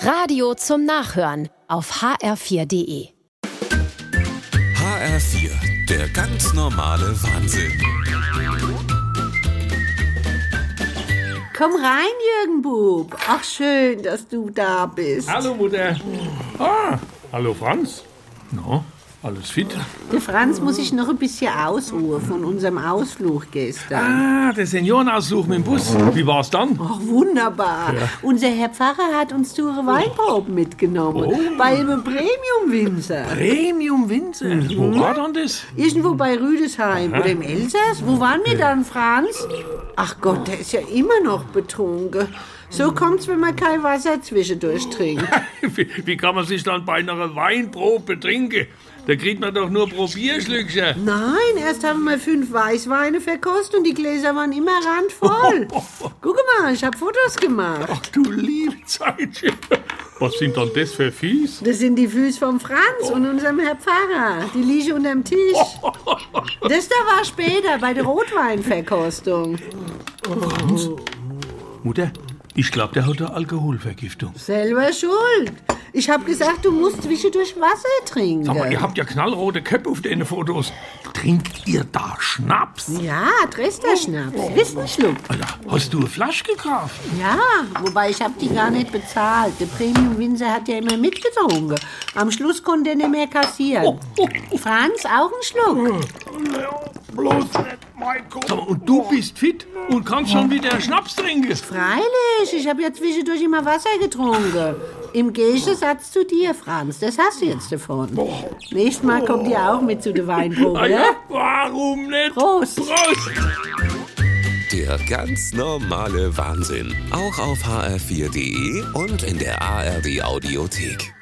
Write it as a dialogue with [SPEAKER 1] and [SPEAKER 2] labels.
[SPEAKER 1] Radio zum Nachhören auf hr4.de.
[SPEAKER 2] HR4, der ganz normale Wahnsinn.
[SPEAKER 3] Komm rein, Jürgen Bub. Ach, schön, dass du da bist.
[SPEAKER 4] Hallo Mutter. Ah, hallo Franz. Na, alles fit?
[SPEAKER 3] Der Franz muss sich noch ein bisschen ausruhen von unserem Ausflug gestern.
[SPEAKER 4] Ah, der Seniorenausflug mit dem Bus. Wie war's dann?
[SPEAKER 3] Ach, wunderbar. Unser Herr Pfarrer hat uns teure Weinproben mitgenommen.
[SPEAKER 4] Oh.
[SPEAKER 3] Bei einem Premium-Winzer. Mhm.
[SPEAKER 4] Premium Winzer. Wo war dann das?
[SPEAKER 3] Irgendwo bei Rüdesheim oder im Elsass. Wo waren wir dann, Franz? Ach Gott, der ist ja immer noch betrunken. So kommt's, wenn man kein Wasser zwischendurch trinkt.
[SPEAKER 4] Wie, wie kann man sich dann bei einer Weinprobe betrinken? Da kriegt man doch nur Probierschlückchen.
[SPEAKER 3] Nein, erst haben wir fünf Weißweine verkostet und die Gläser waren immer randvoll. Guck mal, ich habe Fotos gemacht.
[SPEAKER 4] Ach du liebe Zeit. Was sind dann das für Fies?
[SPEAKER 3] Das sind die Füße vom Franz und unserem Herr Pfarrer. Die liegen unterm Tisch. Das da war später bei der Rotweinverkostung.
[SPEAKER 4] Mutter, ich glaube, der hat eine Alkoholvergiftung.
[SPEAKER 3] Selber schuld. Ich habe gesagt, du musst zwischendurch Wasser trinken.
[SPEAKER 4] Sag mal, ihr habt ja knallrote Köpfe auf den Fotos. Trinkt ihr da Schnaps?
[SPEAKER 3] ja,
[SPEAKER 4] Oh.
[SPEAKER 3] Dresdner-Schnaps. Wissenschluck.
[SPEAKER 4] Alter, hast du eine Flasche gekauft?
[SPEAKER 3] Ja, wobei ich habe die gar nicht bezahlt. Der Premium-Winzer hat ja immer mitgetrunken. Am Schluss konnte er nicht mehr
[SPEAKER 4] Oh.
[SPEAKER 3] kassieren. Franz, auch einen
[SPEAKER 4] Hm.
[SPEAKER 3] Schluck.
[SPEAKER 4] Sag mal, und du bist fit und kannst schon wieder Schnaps trinken.
[SPEAKER 3] Freilich, ich habe ja zwischendurch immer Wasser getrunken. Im Gegensatz zu dir, Franz, das hast du jetzt davon. Nächstes Mal kommt ihr auch mit zu der
[SPEAKER 4] Ah
[SPEAKER 3] Weinprobe,
[SPEAKER 4] ja,
[SPEAKER 3] ne?
[SPEAKER 4] warum nicht?
[SPEAKER 3] Prost!
[SPEAKER 4] Prost!
[SPEAKER 2] Der ganz normale Wahnsinn. Auch auf hr4.de und in der ARD-Audiothek.